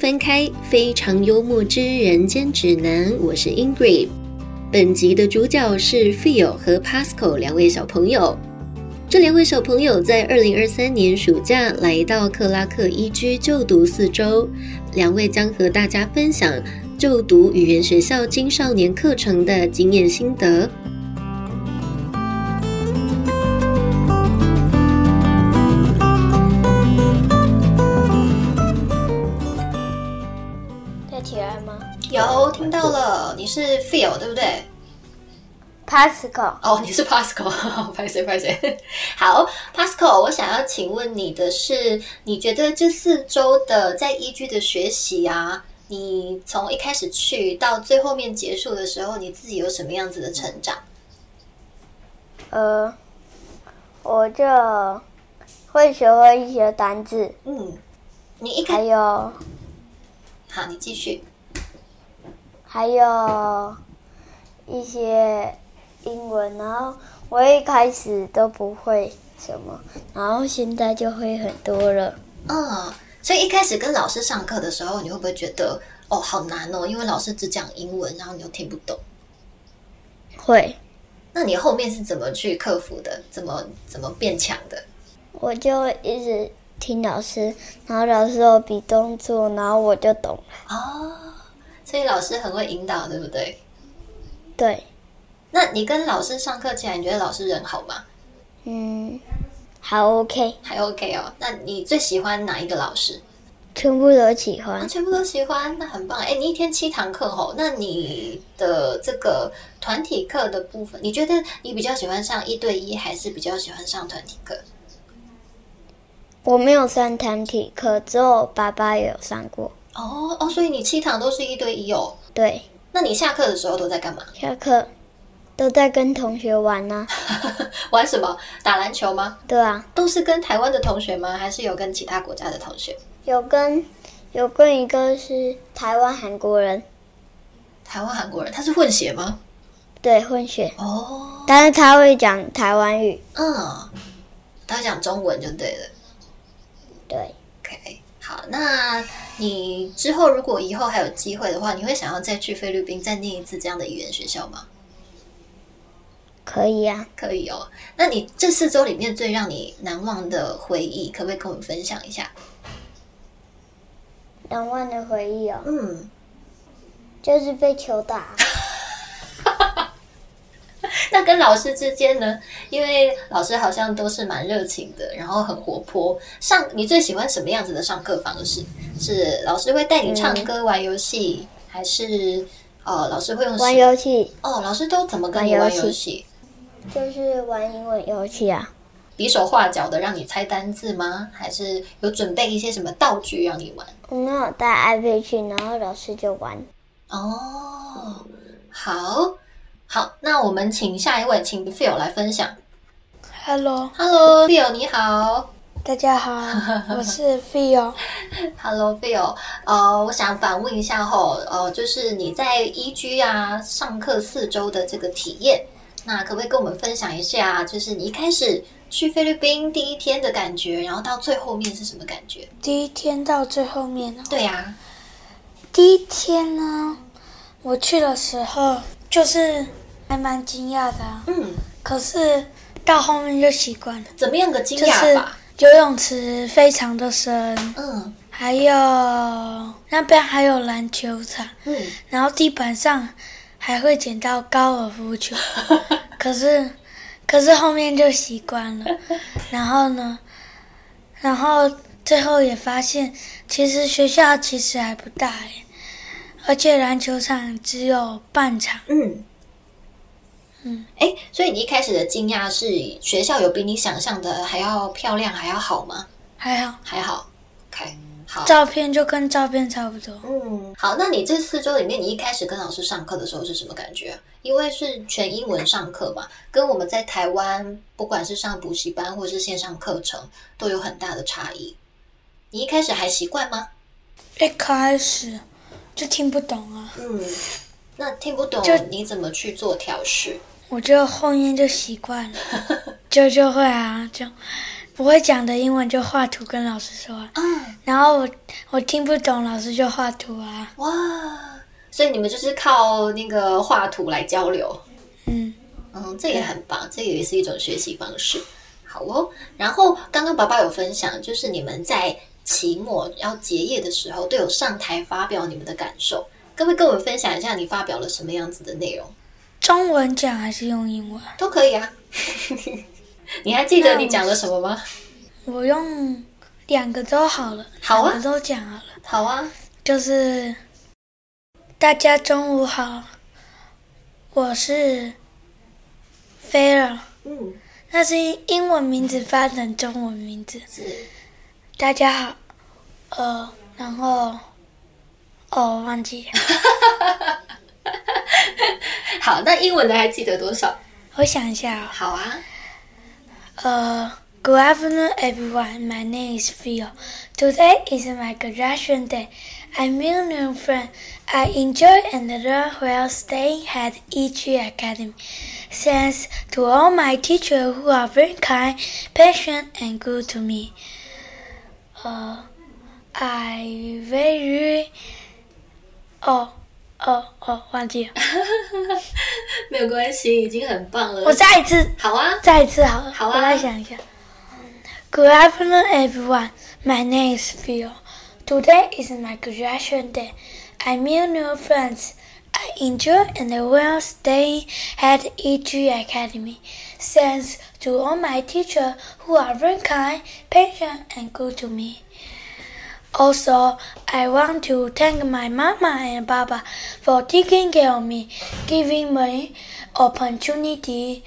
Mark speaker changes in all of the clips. Speaker 1: 翻开《非常幽默之人间指南》，我是 Ingrid。本集的主角是 Phil 和 Pascal 两位小朋友。这两位小朋友在二零二三年暑假来到克拉克一居就读四周，两位将和大家分享就读语言学校青少年课程的经验心得。
Speaker 2: 在提案吗
Speaker 1: 有听到了，你是 Phil 对不对？
Speaker 2: ？Pascal，
Speaker 1: 哦，你是 Pascal，拍 谁拍谁。好，Pascal，我想要请问你的是，你觉得这四周的在依居的学习啊，你从一开始去到最后面结束的时候，你自己有什么样子的成长？
Speaker 2: 呃，我就会学会一些单字，
Speaker 1: 嗯，你一
Speaker 2: 还
Speaker 1: 开
Speaker 2: 有
Speaker 1: 好，你继续。
Speaker 2: 还有一些英文，然后我一开始都不会什么，然后现在就会很多了。
Speaker 1: 嗯，所以一开始跟老师上课的时候，你会不会觉得哦好难哦，因为老师只讲英文，然后你又听不懂？
Speaker 2: 会，
Speaker 1: 那你后面是怎么去克服的？怎么怎么变强的？
Speaker 2: 我就一直听老师，然后老师有比动作，然后我就懂了。
Speaker 1: 哦，所以老师很会引导，对不对？
Speaker 2: 对，
Speaker 1: 那你跟老师上课起来，你觉得老师人好吗？
Speaker 2: 嗯，好 OK，
Speaker 1: 还 OK 哦。那你最喜欢哪一个老师？
Speaker 2: 全部都喜
Speaker 1: 啊，
Speaker 2: 欢。
Speaker 1: 全部都喜欢，那很棒。哎，你一天七堂课哦，那你的这个团体课的部分，你觉得你比较喜欢上一对一，还是比较喜欢上团体课？
Speaker 2: 我没有上团体课，只有爸爸有上过。
Speaker 1: 哦哦，所以你七堂都是一对一哦。
Speaker 2: 对，
Speaker 1: 那你下课的时候都在干嘛？
Speaker 2: 下课都在跟同学玩呢、
Speaker 1: 玩什么？打篮球吗？
Speaker 2: 对啊，
Speaker 1: 都是跟台湾的同学吗？还是有跟其他国家的同学？
Speaker 2: 有跟有跟一个是台湾韩国人，
Speaker 1: 台湾韩国人，他是混血吗？
Speaker 2: 对混血，
Speaker 1: 哦，
Speaker 2: 但是他会讲台湾语。
Speaker 1: 嗯，他会讲中文就对了。
Speaker 2: 对，
Speaker 1: OK，好，那你之后如果以后还有机会的话，你会想要再去菲律宾再念一次这样的语言学校吗？
Speaker 2: 可以啊。
Speaker 1: 可以哦。那你这四周里面最让你难忘的回忆，可不可以跟我们分享一下？
Speaker 2: 难忘的回忆哦，
Speaker 1: 嗯，
Speaker 2: 就是被球打。啊
Speaker 1: 那跟老师之间呢？因为老师好像都是蛮热情的，然后很活泼。上你最喜欢什么样子的上课方式？是老师会带你
Speaker 2: 嗯
Speaker 1: 唱歌、玩游戏，还是呃老师会用
Speaker 2: 玩
Speaker 1: 什
Speaker 2: 游戏
Speaker 1: 哦？老师都怎么跟你
Speaker 2: 玩
Speaker 1: 玩
Speaker 2: 游
Speaker 1: 游
Speaker 2: 戏
Speaker 1: 戏？
Speaker 2: 就是玩英文游戏啊。
Speaker 1: 比手画脚的让你猜单字吗？还是有准备一些什么道具让你玩？
Speaker 2: 我没有带 iPad 去，然后老师就玩。
Speaker 1: 哦，好好，那我们请下一位，请 Phil 来分享。
Speaker 3: Hello，
Speaker 1: Hello，Phil 你好。
Speaker 3: 大家好，我是 Phil。
Speaker 1: Hello，Phil。呃，我想反问一下吼，呃，就是你在 EG 啊上课四周的这个体验，那可不可以跟我们分享一下？就是你一开始去菲律宾第一天的感觉，然后到最后面是什么感觉？
Speaker 3: 第一天到最后面哦，
Speaker 1: 对啊呀、
Speaker 3: 第一天呢，我去的时候就是还蛮惊讶的、啊，
Speaker 1: 嗯，
Speaker 3: 可是到后面就习惯了，
Speaker 1: 怎么样个惊
Speaker 3: 就是
Speaker 1: 讶法？
Speaker 3: 游泳池非常的深，
Speaker 1: 嗯
Speaker 3: 还有那边还有篮球场，
Speaker 1: 嗯。
Speaker 3: 然后地板上还会捡到高尔夫球，可是可是后面就习惯了。然后呢，然后最后也发现，其实学校其实还不大耶，而且篮球场只有半场，
Speaker 1: 嗯，嗯
Speaker 3: 嗯，
Speaker 1: 哎，所以你一开始的惊讶是学校有比你想象的还要漂亮，还要好吗？
Speaker 3: 还好
Speaker 1: 还好，OK，好，
Speaker 3: 照片就跟照片差不多。
Speaker 1: 嗯，好。那你这四周里面，你一开始跟老师上课的时候是什么感觉啊？因为是全英文上课嘛，跟我们在台湾不管是上补习班或是线上课程都有很大的差异。你一开始还习惯吗？
Speaker 3: 一开始就听不懂啊，
Speaker 1: 嗯，那听不懂
Speaker 3: 就
Speaker 1: 你怎么去做调试？
Speaker 3: 我就后面就习惯了，就就会啊，就不会讲的英文就画图跟老师说啊，
Speaker 1: 啊，
Speaker 3: 然后我我听不懂，老师就画图啊，
Speaker 1: 哇！所以你们就是靠那个画图来交流，
Speaker 3: 嗯，
Speaker 1: 嗯，这也很棒，这也是一种学习方式。好哦，然后刚刚爸爸有分享，就是你们在期末要结业的时候，都有上台发表你们的感受。各位跟我们分享一下，你发表了什么样子的内容
Speaker 3: 中文讲还是用英文？
Speaker 1: 都可以啊。 你还记得
Speaker 3: 那我
Speaker 1: 你讲了什么吗？
Speaker 3: 我用两个都好了，
Speaker 1: 好啊
Speaker 3: 两个都讲好了，
Speaker 1: 好啊，
Speaker 3: 就是大家中午好，我是菲尔，
Speaker 1: 嗯，
Speaker 3: 那是英文名字翻成中文名字。
Speaker 1: 是
Speaker 3: 大家好，呃，然后哦，忘记了，
Speaker 1: 好。那英文的还记得多少？
Speaker 3: 我想一下、哦，
Speaker 1: 好啊，
Speaker 3: 呃，Good Uh, afternoon, everyone. My name is Phil. Today is my graduation day. I meet new friends. I enjoy and learn while staying at EG Academy. Thanks to all my teachers who are very kind, patient, and good to me. Uh, I very oh oh oh 忘记了，
Speaker 1: 没有关系，已经很棒了。
Speaker 3: 我再一次
Speaker 1: 好啊，
Speaker 3: 再一次好了，
Speaker 1: 好啊
Speaker 3: 我再想一下。Good afternoon, everyone. My name is Phil. Today is my graduation day. I meet new friends. I enjoy and will stay at EG Academy. Thanks to all my teachers who are very kind, patient, and good to me. Also, I want to thank my mama and papa for taking care of me, giving me opportunity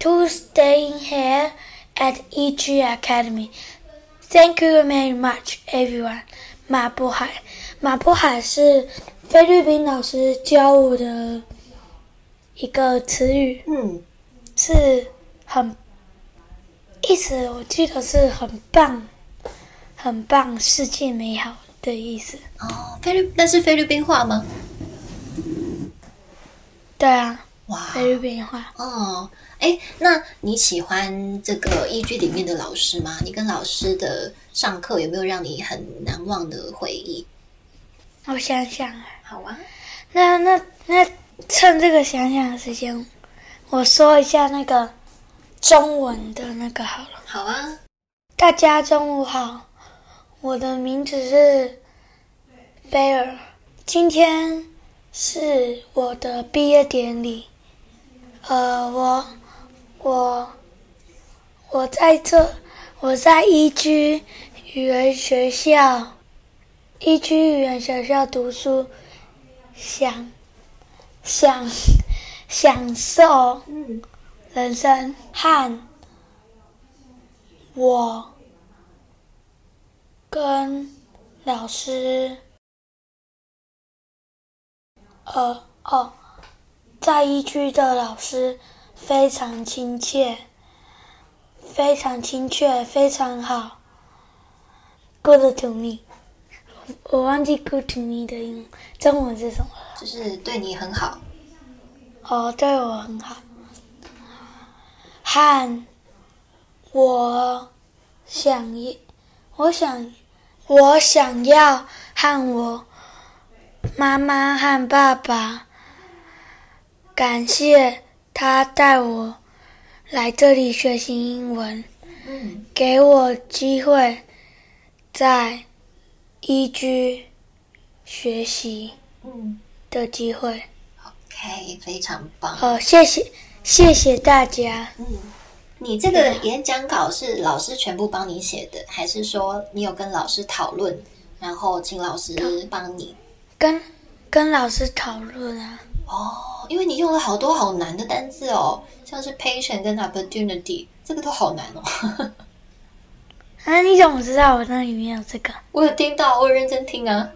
Speaker 3: to stay here at EG Academy. Thank you very much, everyone. 马波海，马波海是菲律宾老师教我的一个词语，
Speaker 1: 嗯，
Speaker 3: 是很意思，我记得是很棒，很棒，世界美好的意思。
Speaker 1: 哦，菲律那是菲律宾话吗？
Speaker 3: 对啊，
Speaker 1: 哇，
Speaker 3: 菲律宾话。
Speaker 1: 哦，哎，那你喜欢这个一剧里面的老师吗？你跟老师的上课有没有让你很难忘的回忆？
Speaker 3: 我想想啊，
Speaker 1: 好啊，
Speaker 3: 那那那趁这个想想的时间，我说一下那个中文的那个好了。
Speaker 1: 好啊，
Speaker 3: 大家中午好，我的名字是菲尔，今天是我的毕业典礼。呃，我我我在这，我在一居语言学校，一居语言学校读书，享享享受
Speaker 1: 嗯，
Speaker 3: 人生和我跟老师，呃哦，在一区的老师非常亲切，非常亲切，非常好。Good to me，我忘记 Good to me 的英文中文是什么了。
Speaker 1: 就是对你很好，
Speaker 3: 哦，对我很好。和我想一，我想，我想要和我妈妈和爸爸感谢他带我来这里学习英文，
Speaker 1: 嗯，
Speaker 3: 给我机会在一居学习
Speaker 1: 嗯
Speaker 3: 的机会。
Speaker 1: ，OK，非常棒。嗯
Speaker 3: 哦，谢谢，谢谢大家。
Speaker 1: 你这个演讲稿是老师全部帮你写的，还是说你有跟老师讨论，然后请老师帮你？
Speaker 3: 跟跟老师讨论啊。
Speaker 1: 哦，因为你用了好多好难的单字哦，像是 patient 跟 opportunity，这个都好难哦。
Speaker 3: 啊，你怎么知道我那里面有这个？
Speaker 1: 我有听到，我有认真听啊。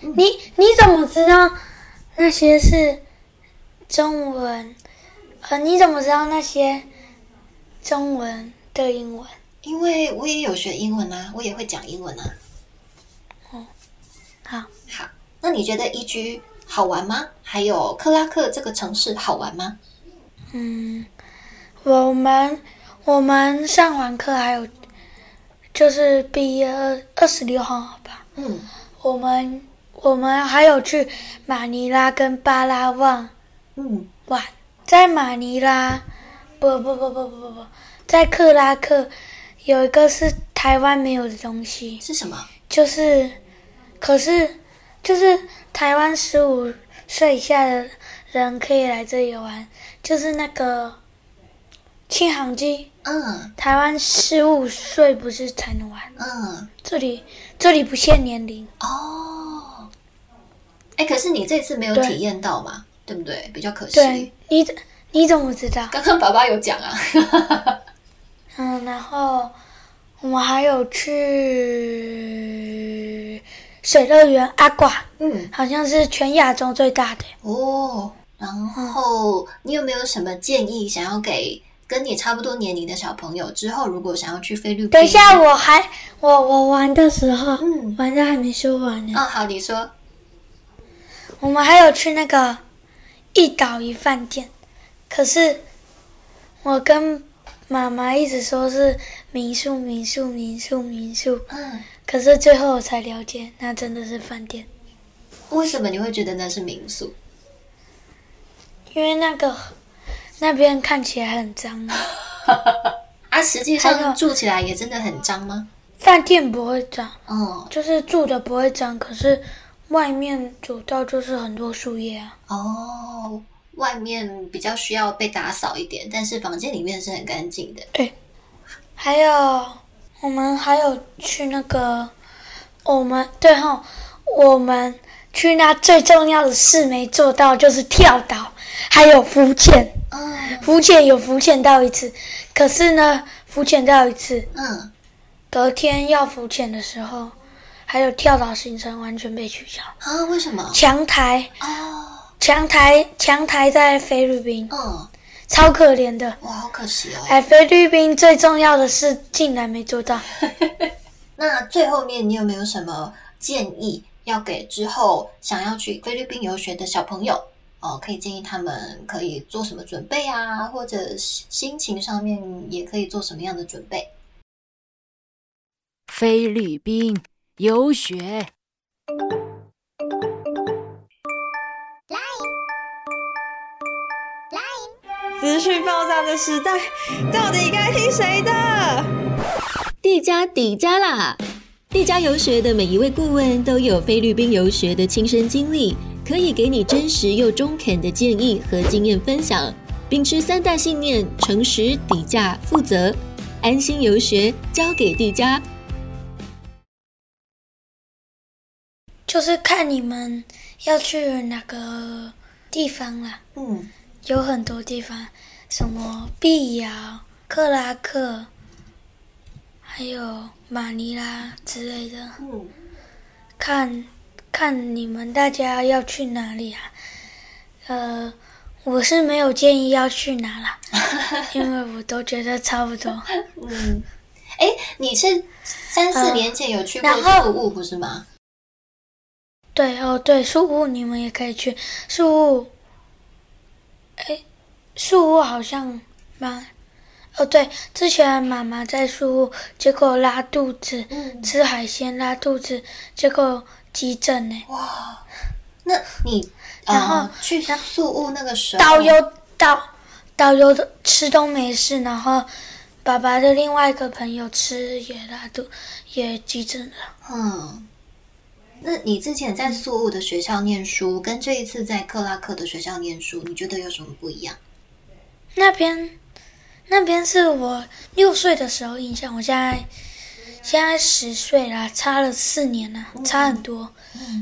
Speaker 3: 你你怎么知道那些是中文？呃，你怎么知道那些中文的英文？
Speaker 1: 因为我也有学英文啊，我也会讲英文啊。
Speaker 3: 好，
Speaker 1: 好，那你觉得宜居好玩吗？还有克拉克这个城市好玩吗？
Speaker 3: 嗯，我们我们上完课还有就是毕业二二十六号吧，
Speaker 1: 嗯，
Speaker 3: 我们我们还有去马尼拉跟巴拉望
Speaker 1: 嗯，
Speaker 3: 玩，在马尼拉，不不不不不不不，在克拉克有一个是台湾没有的东西，
Speaker 1: 是什么？
Speaker 3: 就是，可是就是台湾十五岁以下的人可以来这里玩，就是那个轻航机。
Speaker 1: 嗯
Speaker 3: 台湾十五岁不是才能玩，
Speaker 1: 嗯，
Speaker 3: 这里这里不限年龄。
Speaker 1: 哦，哎，可是你这次没有
Speaker 3: 对
Speaker 1: 体验到嘛，对不对？比较可惜
Speaker 3: 对。，你怎你怎么知道？
Speaker 1: 刚刚爸爸有讲啊，
Speaker 3: 嗯，然后我们还有去水乐园阿挂，
Speaker 1: 嗯，
Speaker 3: 好像是全亚洲最大的。
Speaker 1: 哦，然后你有没有什么建议想要给跟你差不多年龄的小朋友？之后如果想要去菲律宾，
Speaker 3: 等一，下，我还我我玩的时候，
Speaker 1: 嗯
Speaker 3: 玩的还没说完呢。
Speaker 1: 哦，好，你说，
Speaker 3: 我们还有去那个一岛一饭店，可是我跟妈妈一直说是民宿、民宿、民宿、民宿，
Speaker 1: 嗯，
Speaker 3: 可是最后我才了解，那真的是饭店，
Speaker 1: 为什么你会觉得那是民宿？
Speaker 3: 因为那个那边看起来很脏啊，
Speaker 1: 啊，实际
Speaker 3: 还
Speaker 1: 上
Speaker 3: 有
Speaker 1: 住起来也真的很脏吗？
Speaker 3: 饭店不会脏，
Speaker 1: 哦
Speaker 3: 就是住的不会脏，可是外面主道就是很多树叶啊，
Speaker 1: 哦，外面比较需要被打扫一点，但是房间里面是很干净的。
Speaker 3: 还有，我们还有去那个，我们对吼，我们去那最重要的事没做到，就是跳岛，还有浮潜。
Speaker 1: 嗯
Speaker 3: 浮潜有浮潜到一次，可是呢，浮潜到一次，
Speaker 1: 嗯，
Speaker 3: 隔天要浮潜的时候，还有跳岛行程完全被取消。
Speaker 1: 啊，为什么？
Speaker 3: 强台，
Speaker 1: 哦，
Speaker 3: 强台，强台在菲律宾，
Speaker 1: 嗯，
Speaker 3: 超可怜的。
Speaker 1: 哇，好可惜哦。
Speaker 3: 哎，菲律宾最重要的事竟然没做到。
Speaker 1: 那最后面你有没有什么建议要给之后想要去菲律宾游学的小朋友？哦，可以建议他们可以做什么准备啊，或者心心情上面也可以做什么样的准备？
Speaker 4: 菲律宾游学。
Speaker 5: 资讯爆炸的时代，到底该听谁的？
Speaker 6: 蒂迦底迦啦！蒂迦游学的每一位顾问都有菲律宾游学的亲身经历，可以给你真实又中肯的建议和经验分享。秉持三大信念：诚实、底价、负责，安心游学，交给蒂迦。
Speaker 3: 就是看你们要去哪个地方啦，
Speaker 1: 嗯
Speaker 3: 有很多地方，什么碧瑶、克拉克，还有马尼拉之类的，
Speaker 1: 嗯
Speaker 3: 看看你们大家要去哪里啊。呃，我是没有建议要去哪啦，因为我都觉得差不多。
Speaker 1: 嗯，哎、你是三四年前有去过
Speaker 3: 嗯然后
Speaker 1: 宿务不是吗？
Speaker 3: 对哦，对，树屋你们也可以去树屋。哎，树屋好像妈，哦对，之前妈妈在树屋，结果拉肚子，
Speaker 1: 嗯，
Speaker 3: 吃海鲜拉肚子，结果急诊呢。
Speaker 1: 哇，那你
Speaker 3: 然后
Speaker 1: 呃去宿务那个时候，
Speaker 3: 导游导导游的吃都没事，然后爸爸的另外一个朋友吃也拉肚，也急诊了。
Speaker 1: 嗯，那你之前在宿务的学校念书，跟这一次在克拉克的学校念书，你觉得有什么不一样？
Speaker 3: 那边，那边是我六岁的时候印象，我现在现在十岁啦，差了四年啦，差很多。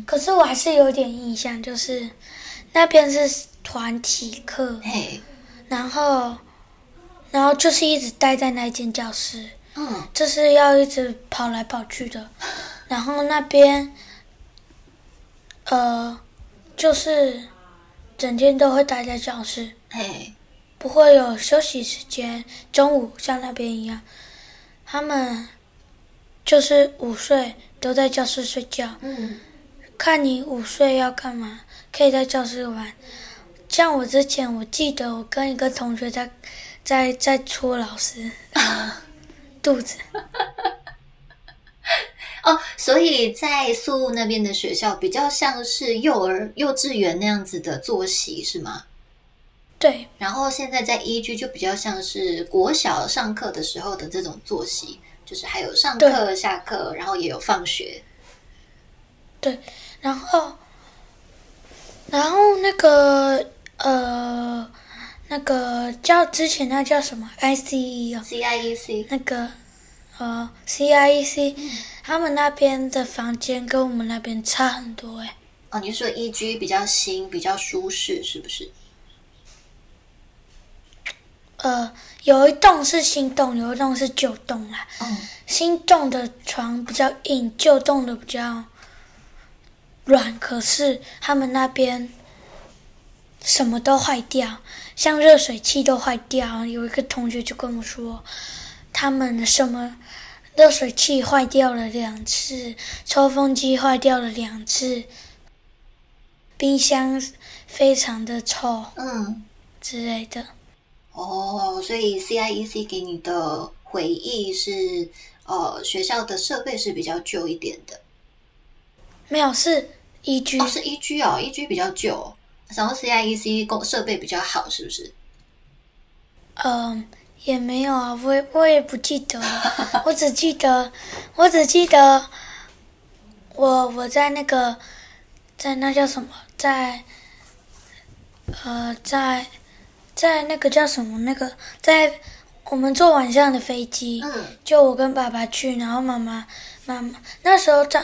Speaker 3: 可是我还是有点印象，就是那边是团体课，
Speaker 1: 嘿，
Speaker 3: 然后，然后就是一直待在那一间教室，
Speaker 1: 嗯
Speaker 3: 就是要一直跑来跑去的。然后那边，呃，就是整天都会待在教室。
Speaker 1: 嘿，
Speaker 3: 不会有休息时间，中午像那边一样，他们就是午睡都在教室睡觉，
Speaker 1: 嗯
Speaker 3: 看你午睡要干嘛，可以在教室玩。像我之前，我记得我跟一个同学在在在戳老师、呃肚子，
Speaker 1: 哦，所以在宿务那边的学校比较像是幼儿、幼稚园那样子的作息是吗？
Speaker 3: 对，
Speaker 1: 然后现在在一居就比较像是国小上课的时候的这种作息，就是还有上课、下课，然后也有放学。
Speaker 3: 对，然后，然后那个呃，那个叫之前那叫什么 ICE 哦，
Speaker 1: CIEC
Speaker 3: 那个呃 CIEC，、他们那边的房间跟我们那边差很多哎。
Speaker 1: 哦，你是说一居比较新、比较舒适，是不是？
Speaker 3: 呃，有一栋是新栋，有一栋是旧栋啦。
Speaker 1: 嗯，
Speaker 3: 新栋的床比较硬，旧栋的比较软。可是他们那边什么都坏掉，像热水器都坏掉。有一个同学就跟我说，他们的什么热水器坏掉了两次，抽风机坏掉了两次，冰箱非常的臭
Speaker 1: 嗯，
Speaker 3: 之类的。
Speaker 1: 哦，所以 CIEC 给你的回忆是，呃，学校的设备是比较旧一点的。
Speaker 3: 没有，是宜居。
Speaker 1: 哦，是一居哦，一居比较旧，然后 CIEC 工设备比较好，是不是？
Speaker 3: 嗯，也没有啊，我也我也不记得了，我只记得，我只记得我我在那个在那叫什么，在呃在在那个叫什么那个在我们坐晚上的飞机，
Speaker 1: 嗯
Speaker 3: 就我跟爸爸去，然后妈妈妈妈那时候长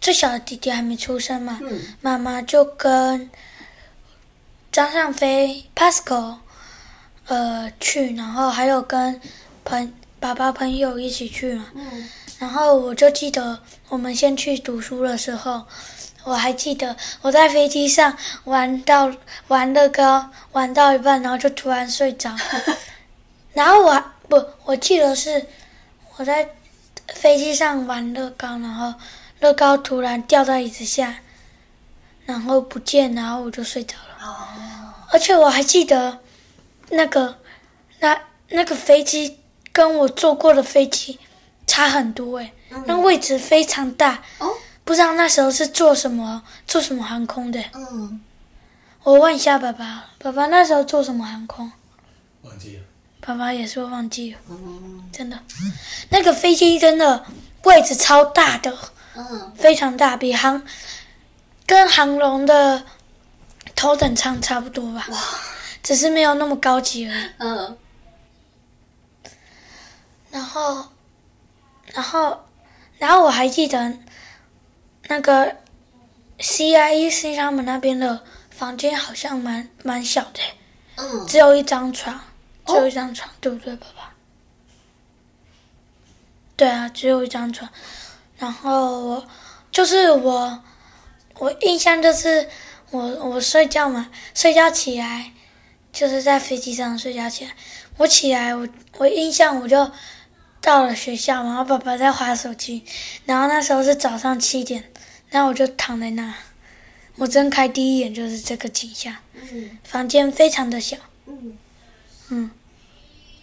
Speaker 3: 最小的弟弟还没出生嘛，
Speaker 1: 嗯
Speaker 3: 妈妈就跟张尚飞、Pascal，呃，去，然后还有跟朋爸爸朋友一起去嘛。
Speaker 1: 嗯，
Speaker 3: 然后我就记得我们先去读书的时候，我还记得我在飞机上玩到玩乐高，玩到一半，然后就突然睡着。然后我还不，我记得是我在飞机上玩乐高，然后乐高突然掉到椅子下，然后不见，然后我就睡着了。而且我还记得那个那那个飞机跟我坐过的飞机差很多诶、那位置非常大，
Speaker 1: 哦，
Speaker 3: 不知道那时候是坐什么坐什么航空的。
Speaker 1: 嗯，
Speaker 3: 我问一下爸爸，爸爸那时候坐什么航空？
Speaker 7: 忘记了，
Speaker 3: 爸爸也说忘记了，真的，那个飞机真的位置超大的，
Speaker 1: 嗯，
Speaker 3: 非常大，比航跟航龙的头等舱差不多吧，只是没有那么高级而已。
Speaker 1: 嗯
Speaker 3: 然后，然后，然后我还记得那个 E CIEC 他们那边的房间好像蛮蛮小的，
Speaker 1: 嗯，
Speaker 3: 只有一张床，只有一张床，对不对，爸爸？对啊，只有一张床。然后我就是我，我印象就是我我睡觉嘛，睡觉起来就是在飞机上睡觉起来，我起来我我印象我就到了学校，然后爸爸在划手机，然后那时候是早上七点，然后我就躺在那，我睁开第一眼就是这个景象，
Speaker 1: 嗯
Speaker 3: 房间非常的小。
Speaker 1: 嗯
Speaker 3: 嗯，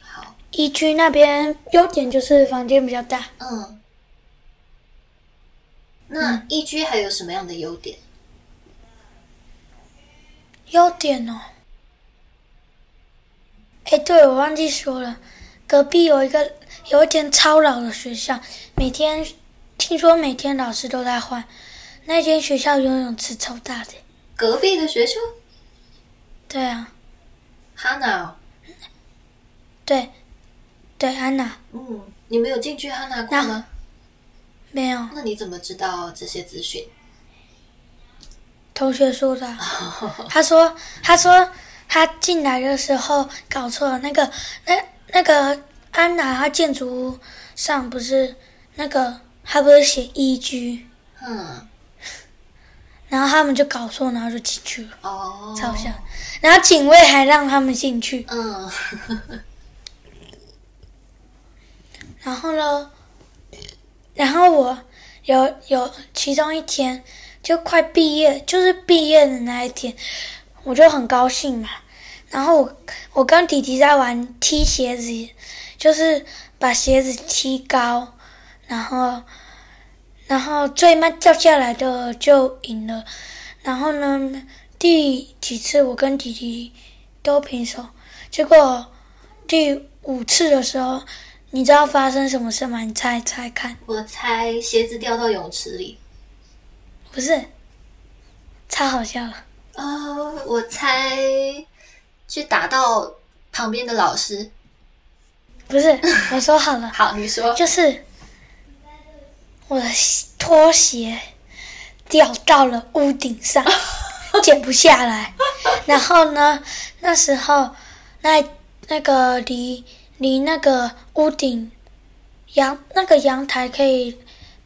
Speaker 1: 好，
Speaker 3: 宜居那边优点就是房间比较大，
Speaker 1: 嗯。那一居还有什么样的优点？
Speaker 3: 优点哦。哎，对，我忘记说了，隔壁有一个有一间超老的学校，每天听说每天老师都在换，那间学校游泳池超大的。
Speaker 1: 隔壁的学校
Speaker 3: 对啊，
Speaker 1: 哈娜，哦
Speaker 3: 对，对，安娜
Speaker 1: 嗯，你们有进去哈娜过吗？
Speaker 3: 没有
Speaker 1: 那你怎么知道这些资讯？
Speaker 3: 同学说的啊、他说，他说他进来的时候搞错了，那个那那个安娜，她建筑物上不是那个，她不是写一居，
Speaker 1: 嗯，
Speaker 3: 然后他们就搞错，然后就进去了，
Speaker 1: 哦，
Speaker 3: 超像。然后警卫还让他们进去，
Speaker 1: 嗯，
Speaker 3: 然后呢，然后我有有其中一天就快毕业，就是毕业的那一天，我就很高兴嘛。然后我我跟弟弟在玩踢鞋子，就是把鞋子踢高，然后然后最慢掉下来的就赢了。然后呢，第几次我跟弟弟都平手，结果第五次的时候，你知道发生什么事吗？你猜猜看，
Speaker 1: 我猜鞋子掉到泳池里。
Speaker 3: 不是，太好笑了。
Speaker 1: 呃，我猜去打到旁边的老师。
Speaker 3: 不是，我说好了，
Speaker 1: 好，你说。
Speaker 3: 就是我的拖鞋掉到了屋顶上，捡不下来。然后呢，那时候那那个离离那个屋顶阳那个阳台可以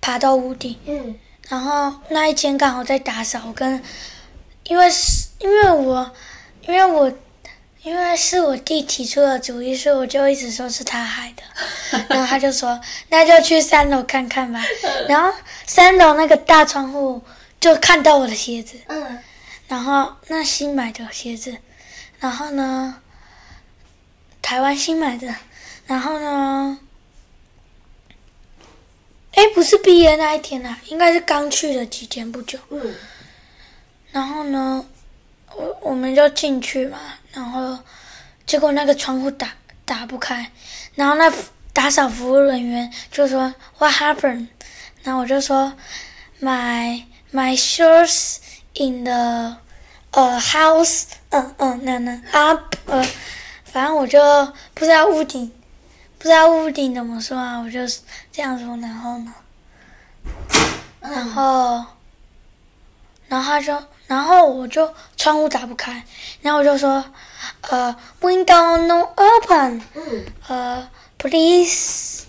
Speaker 3: 爬到屋顶，
Speaker 1: 嗯，
Speaker 3: 然后那一天刚好在打扫，我跟因为是因为我因为我因为是我弟提出的主意，所以我就一直说是他害 的。然后他就说那就去三楼看看吧。
Speaker 1: 嗯
Speaker 3: 然后三楼那个大窗户就看到我的鞋子，
Speaker 1: 嗯，
Speaker 3: 然后那新买的鞋子，然后呢，台湾新买的，然后呢，哎，不是毕业那一天啊，应该是刚去的几天不久。
Speaker 1: 嗯。
Speaker 3: 然后呢，我我们就进去嘛，然后结果那个窗户打打不开，然后那服打扫服务人员就说 What happened？然后我就说 My my shoes in the 呃 house，嗯嗯，那那 up 呃，反正我就不知道屋顶，不知道屋顶怎么说啊，我就这样说，然后呢，然后，然后他就，然后我就窗户打不开，然后我就说，呃，window no open，
Speaker 1: 嗯
Speaker 3: 呃，please，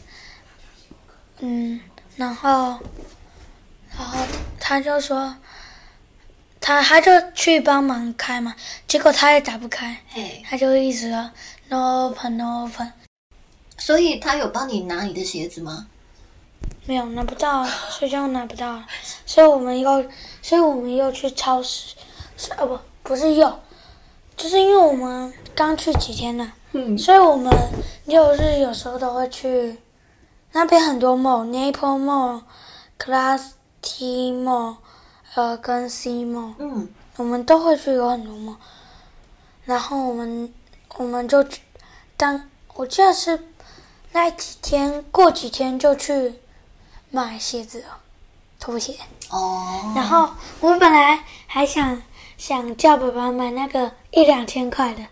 Speaker 3: 嗯，然后，然后他就说，他他就去帮忙开嘛，结果他也打不开，
Speaker 1: 嘿，
Speaker 3: 他就一直说 no open no open，
Speaker 1: 所以他有帮你拿你的鞋子吗？
Speaker 3: 没有拿不到，所以就拿不到了，所以我们又，所以我们又去超市，是呃不不是又，就是因为我们刚去几天呢、
Speaker 1: 嗯
Speaker 3: 所以我们六日有时候都会去那边很多 mall，Naple Mall、Class T Mall，呃跟 C Mall，
Speaker 1: 嗯
Speaker 3: 我们都会去有很多梦，然后我们我们就去当我记得是那几天过几天就去买鞋子了，拖鞋。
Speaker 1: 哦，
Speaker 3: 然后我本来还想想叫爸爸买那个一两千块的，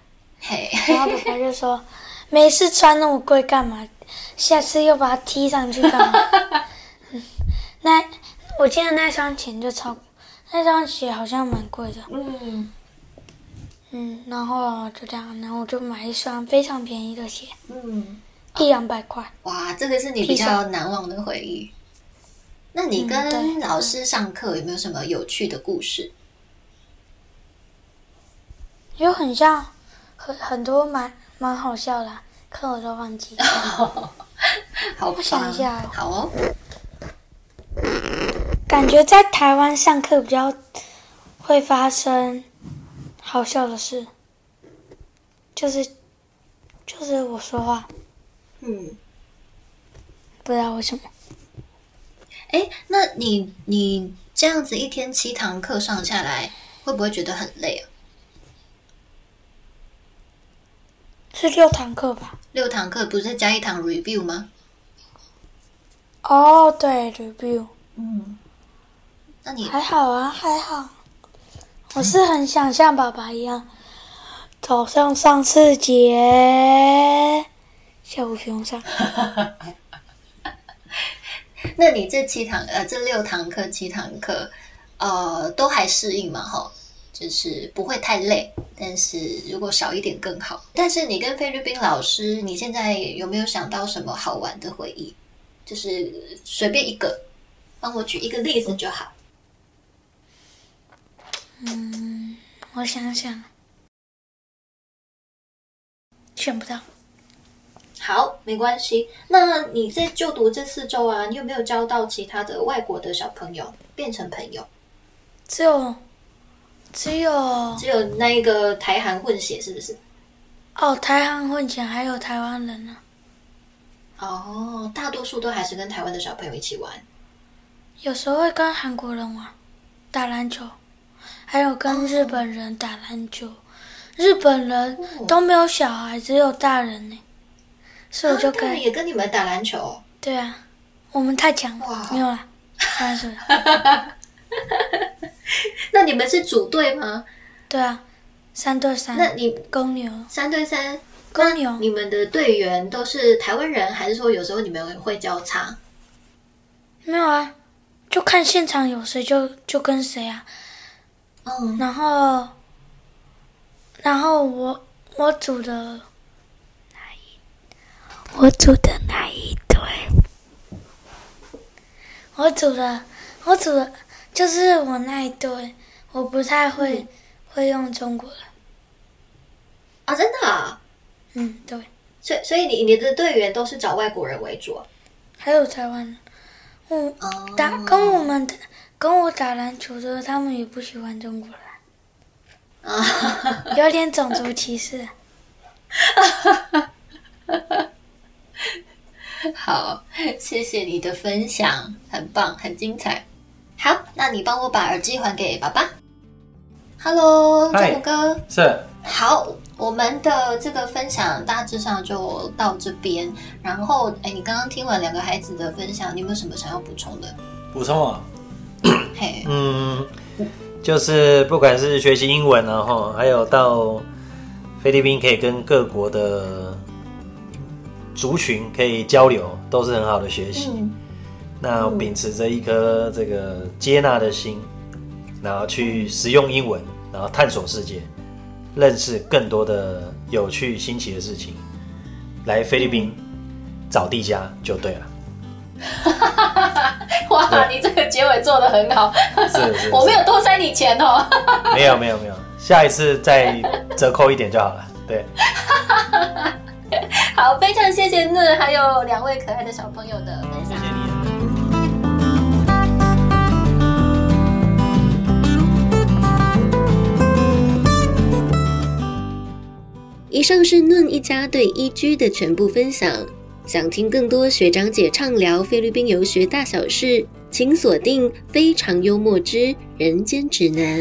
Speaker 1: 嘿，
Speaker 3: 然后爸爸就说没事穿那么贵干嘛？下次又把它踢上去干嘛？ 嗯那我记得那双钱就超，那双鞋好像蛮贵的。
Speaker 1: 嗯
Speaker 3: 嗯，然后就这样，然后我就买一双非常便宜的鞋，
Speaker 1: 嗯，
Speaker 3: 一两百块。
Speaker 1: 哇，这个是你比较难忘的回忆。那你
Speaker 3: 嗯
Speaker 1: 跟
Speaker 3: 对
Speaker 1: 老师上课有没有什么有趣的故事？
Speaker 3: 就很像很很多蛮蛮好笑的啊，可我都忘记了。
Speaker 1: 好，
Speaker 3: 我想一下哦
Speaker 1: 好哦，
Speaker 3: 感觉在台湾上课比较会发生好笑的事，就是就是我说话，
Speaker 1: 嗯，
Speaker 3: 不知道为什么。
Speaker 1: 哎，那你你这样子一天七堂课上下来，会不会觉得很累啊？
Speaker 3: 是六堂课吧？
Speaker 1: 六堂课不是再加一堂 review 吗？
Speaker 3: 哦、对，review
Speaker 1: 嗯，那你
Speaker 3: 还好啊，还好。我是很想像爸爸一样，早上上四节，下午不用上。
Speaker 1: 那你这七堂呃这六堂课七堂课，呃都还适应嘛哈，就是不会太累，但是如果少一点更好。但是你跟菲律宾老师，你现在有没有想到什么好玩的回忆？就是随便一个，帮我举一个例子就好。
Speaker 3: 我想想，选不到。
Speaker 1: 好，没关系。那你在就读这四周啊，你有没有交到其他的外国的小朋友变成朋友？
Speaker 3: 只有只有
Speaker 1: 只有那一个台韩混血是不是？
Speaker 3: 哦，台韩混血还有台湾人呢、
Speaker 1: 哦，大多数都还是跟台湾的小朋友一起玩。
Speaker 3: 有有时候会跟韩国人玩打篮球，还有跟日本人打篮球。日本人都没有小孩，只有大人呢，所以我就
Speaker 1: 大
Speaker 3: 跟
Speaker 1: 人也跟你们打篮球，
Speaker 3: 对啊，我们太强了
Speaker 1: 哇，
Speaker 3: 没有啊啦，开玩笑 的。
Speaker 1: 那你们是组队吗？
Speaker 3: 对啊，三对三，
Speaker 1: 那你
Speaker 3: 公牛，
Speaker 1: 三对三，
Speaker 3: 公牛
Speaker 1: 你们的队员都是台湾人，还是说有时候你们会交叉？
Speaker 3: 没有啊，就看现场有谁就就跟谁啊。
Speaker 1: 嗯，
Speaker 3: 然后，然后我我组的哪一？我组的哪一队？我组的我组的，就是我那一队，我不太会、
Speaker 1: 嗯
Speaker 3: 会用中国人。
Speaker 1: 啊，真的、啊，
Speaker 3: 嗯，对，
Speaker 1: 所以所以你你的队员都是找外国人为主啊
Speaker 3: 还有台湾人，我
Speaker 1: 哦，
Speaker 3: 打跟我们打跟我打篮球的，他们也不喜欢中国人，
Speaker 1: 啊，
Speaker 3: 有点种族歧视。
Speaker 1: 好，谢谢你的分享，很棒，很精彩。好，那你帮我把耳机还给爸爸。Hello，
Speaker 7: 嗨
Speaker 1: 中午哥。
Speaker 7: 是，
Speaker 1: 好，我们的这个分享大致上就到这边。然后，哎，你刚刚听完两个孩子的分享，你有没有什么想要补充的？
Speaker 7: 补充啊，
Speaker 1: 嘿，
Speaker 7: 嗯，就是不管是学习英文啊，哈，还有到菲律宾可以跟各国的族群可以交流，都是很好的学习。
Speaker 1: 嗯
Speaker 7: 那秉持着一颗这个接纳的心，然后去使用英文，然后探索世界，认识更多的有趣新奇的事情，来菲律宾找地家就对了。
Speaker 1: 哇，
Speaker 7: 对
Speaker 1: 你这个结尾做的很好，
Speaker 7: 是是，
Speaker 1: 我没有多塞你钱哦。
Speaker 7: 没有没有没有，下一次再折扣一点就好了。对，
Speaker 1: 好，非常谢谢嫩还有两位可爱的小朋友的分享
Speaker 7: 谢。谢你。
Speaker 1: 以上是嫩一家对 EG 的全部分享。想听更多学长姐畅聊菲律宾游学大小事，请锁定《非常幽默之人间指南》。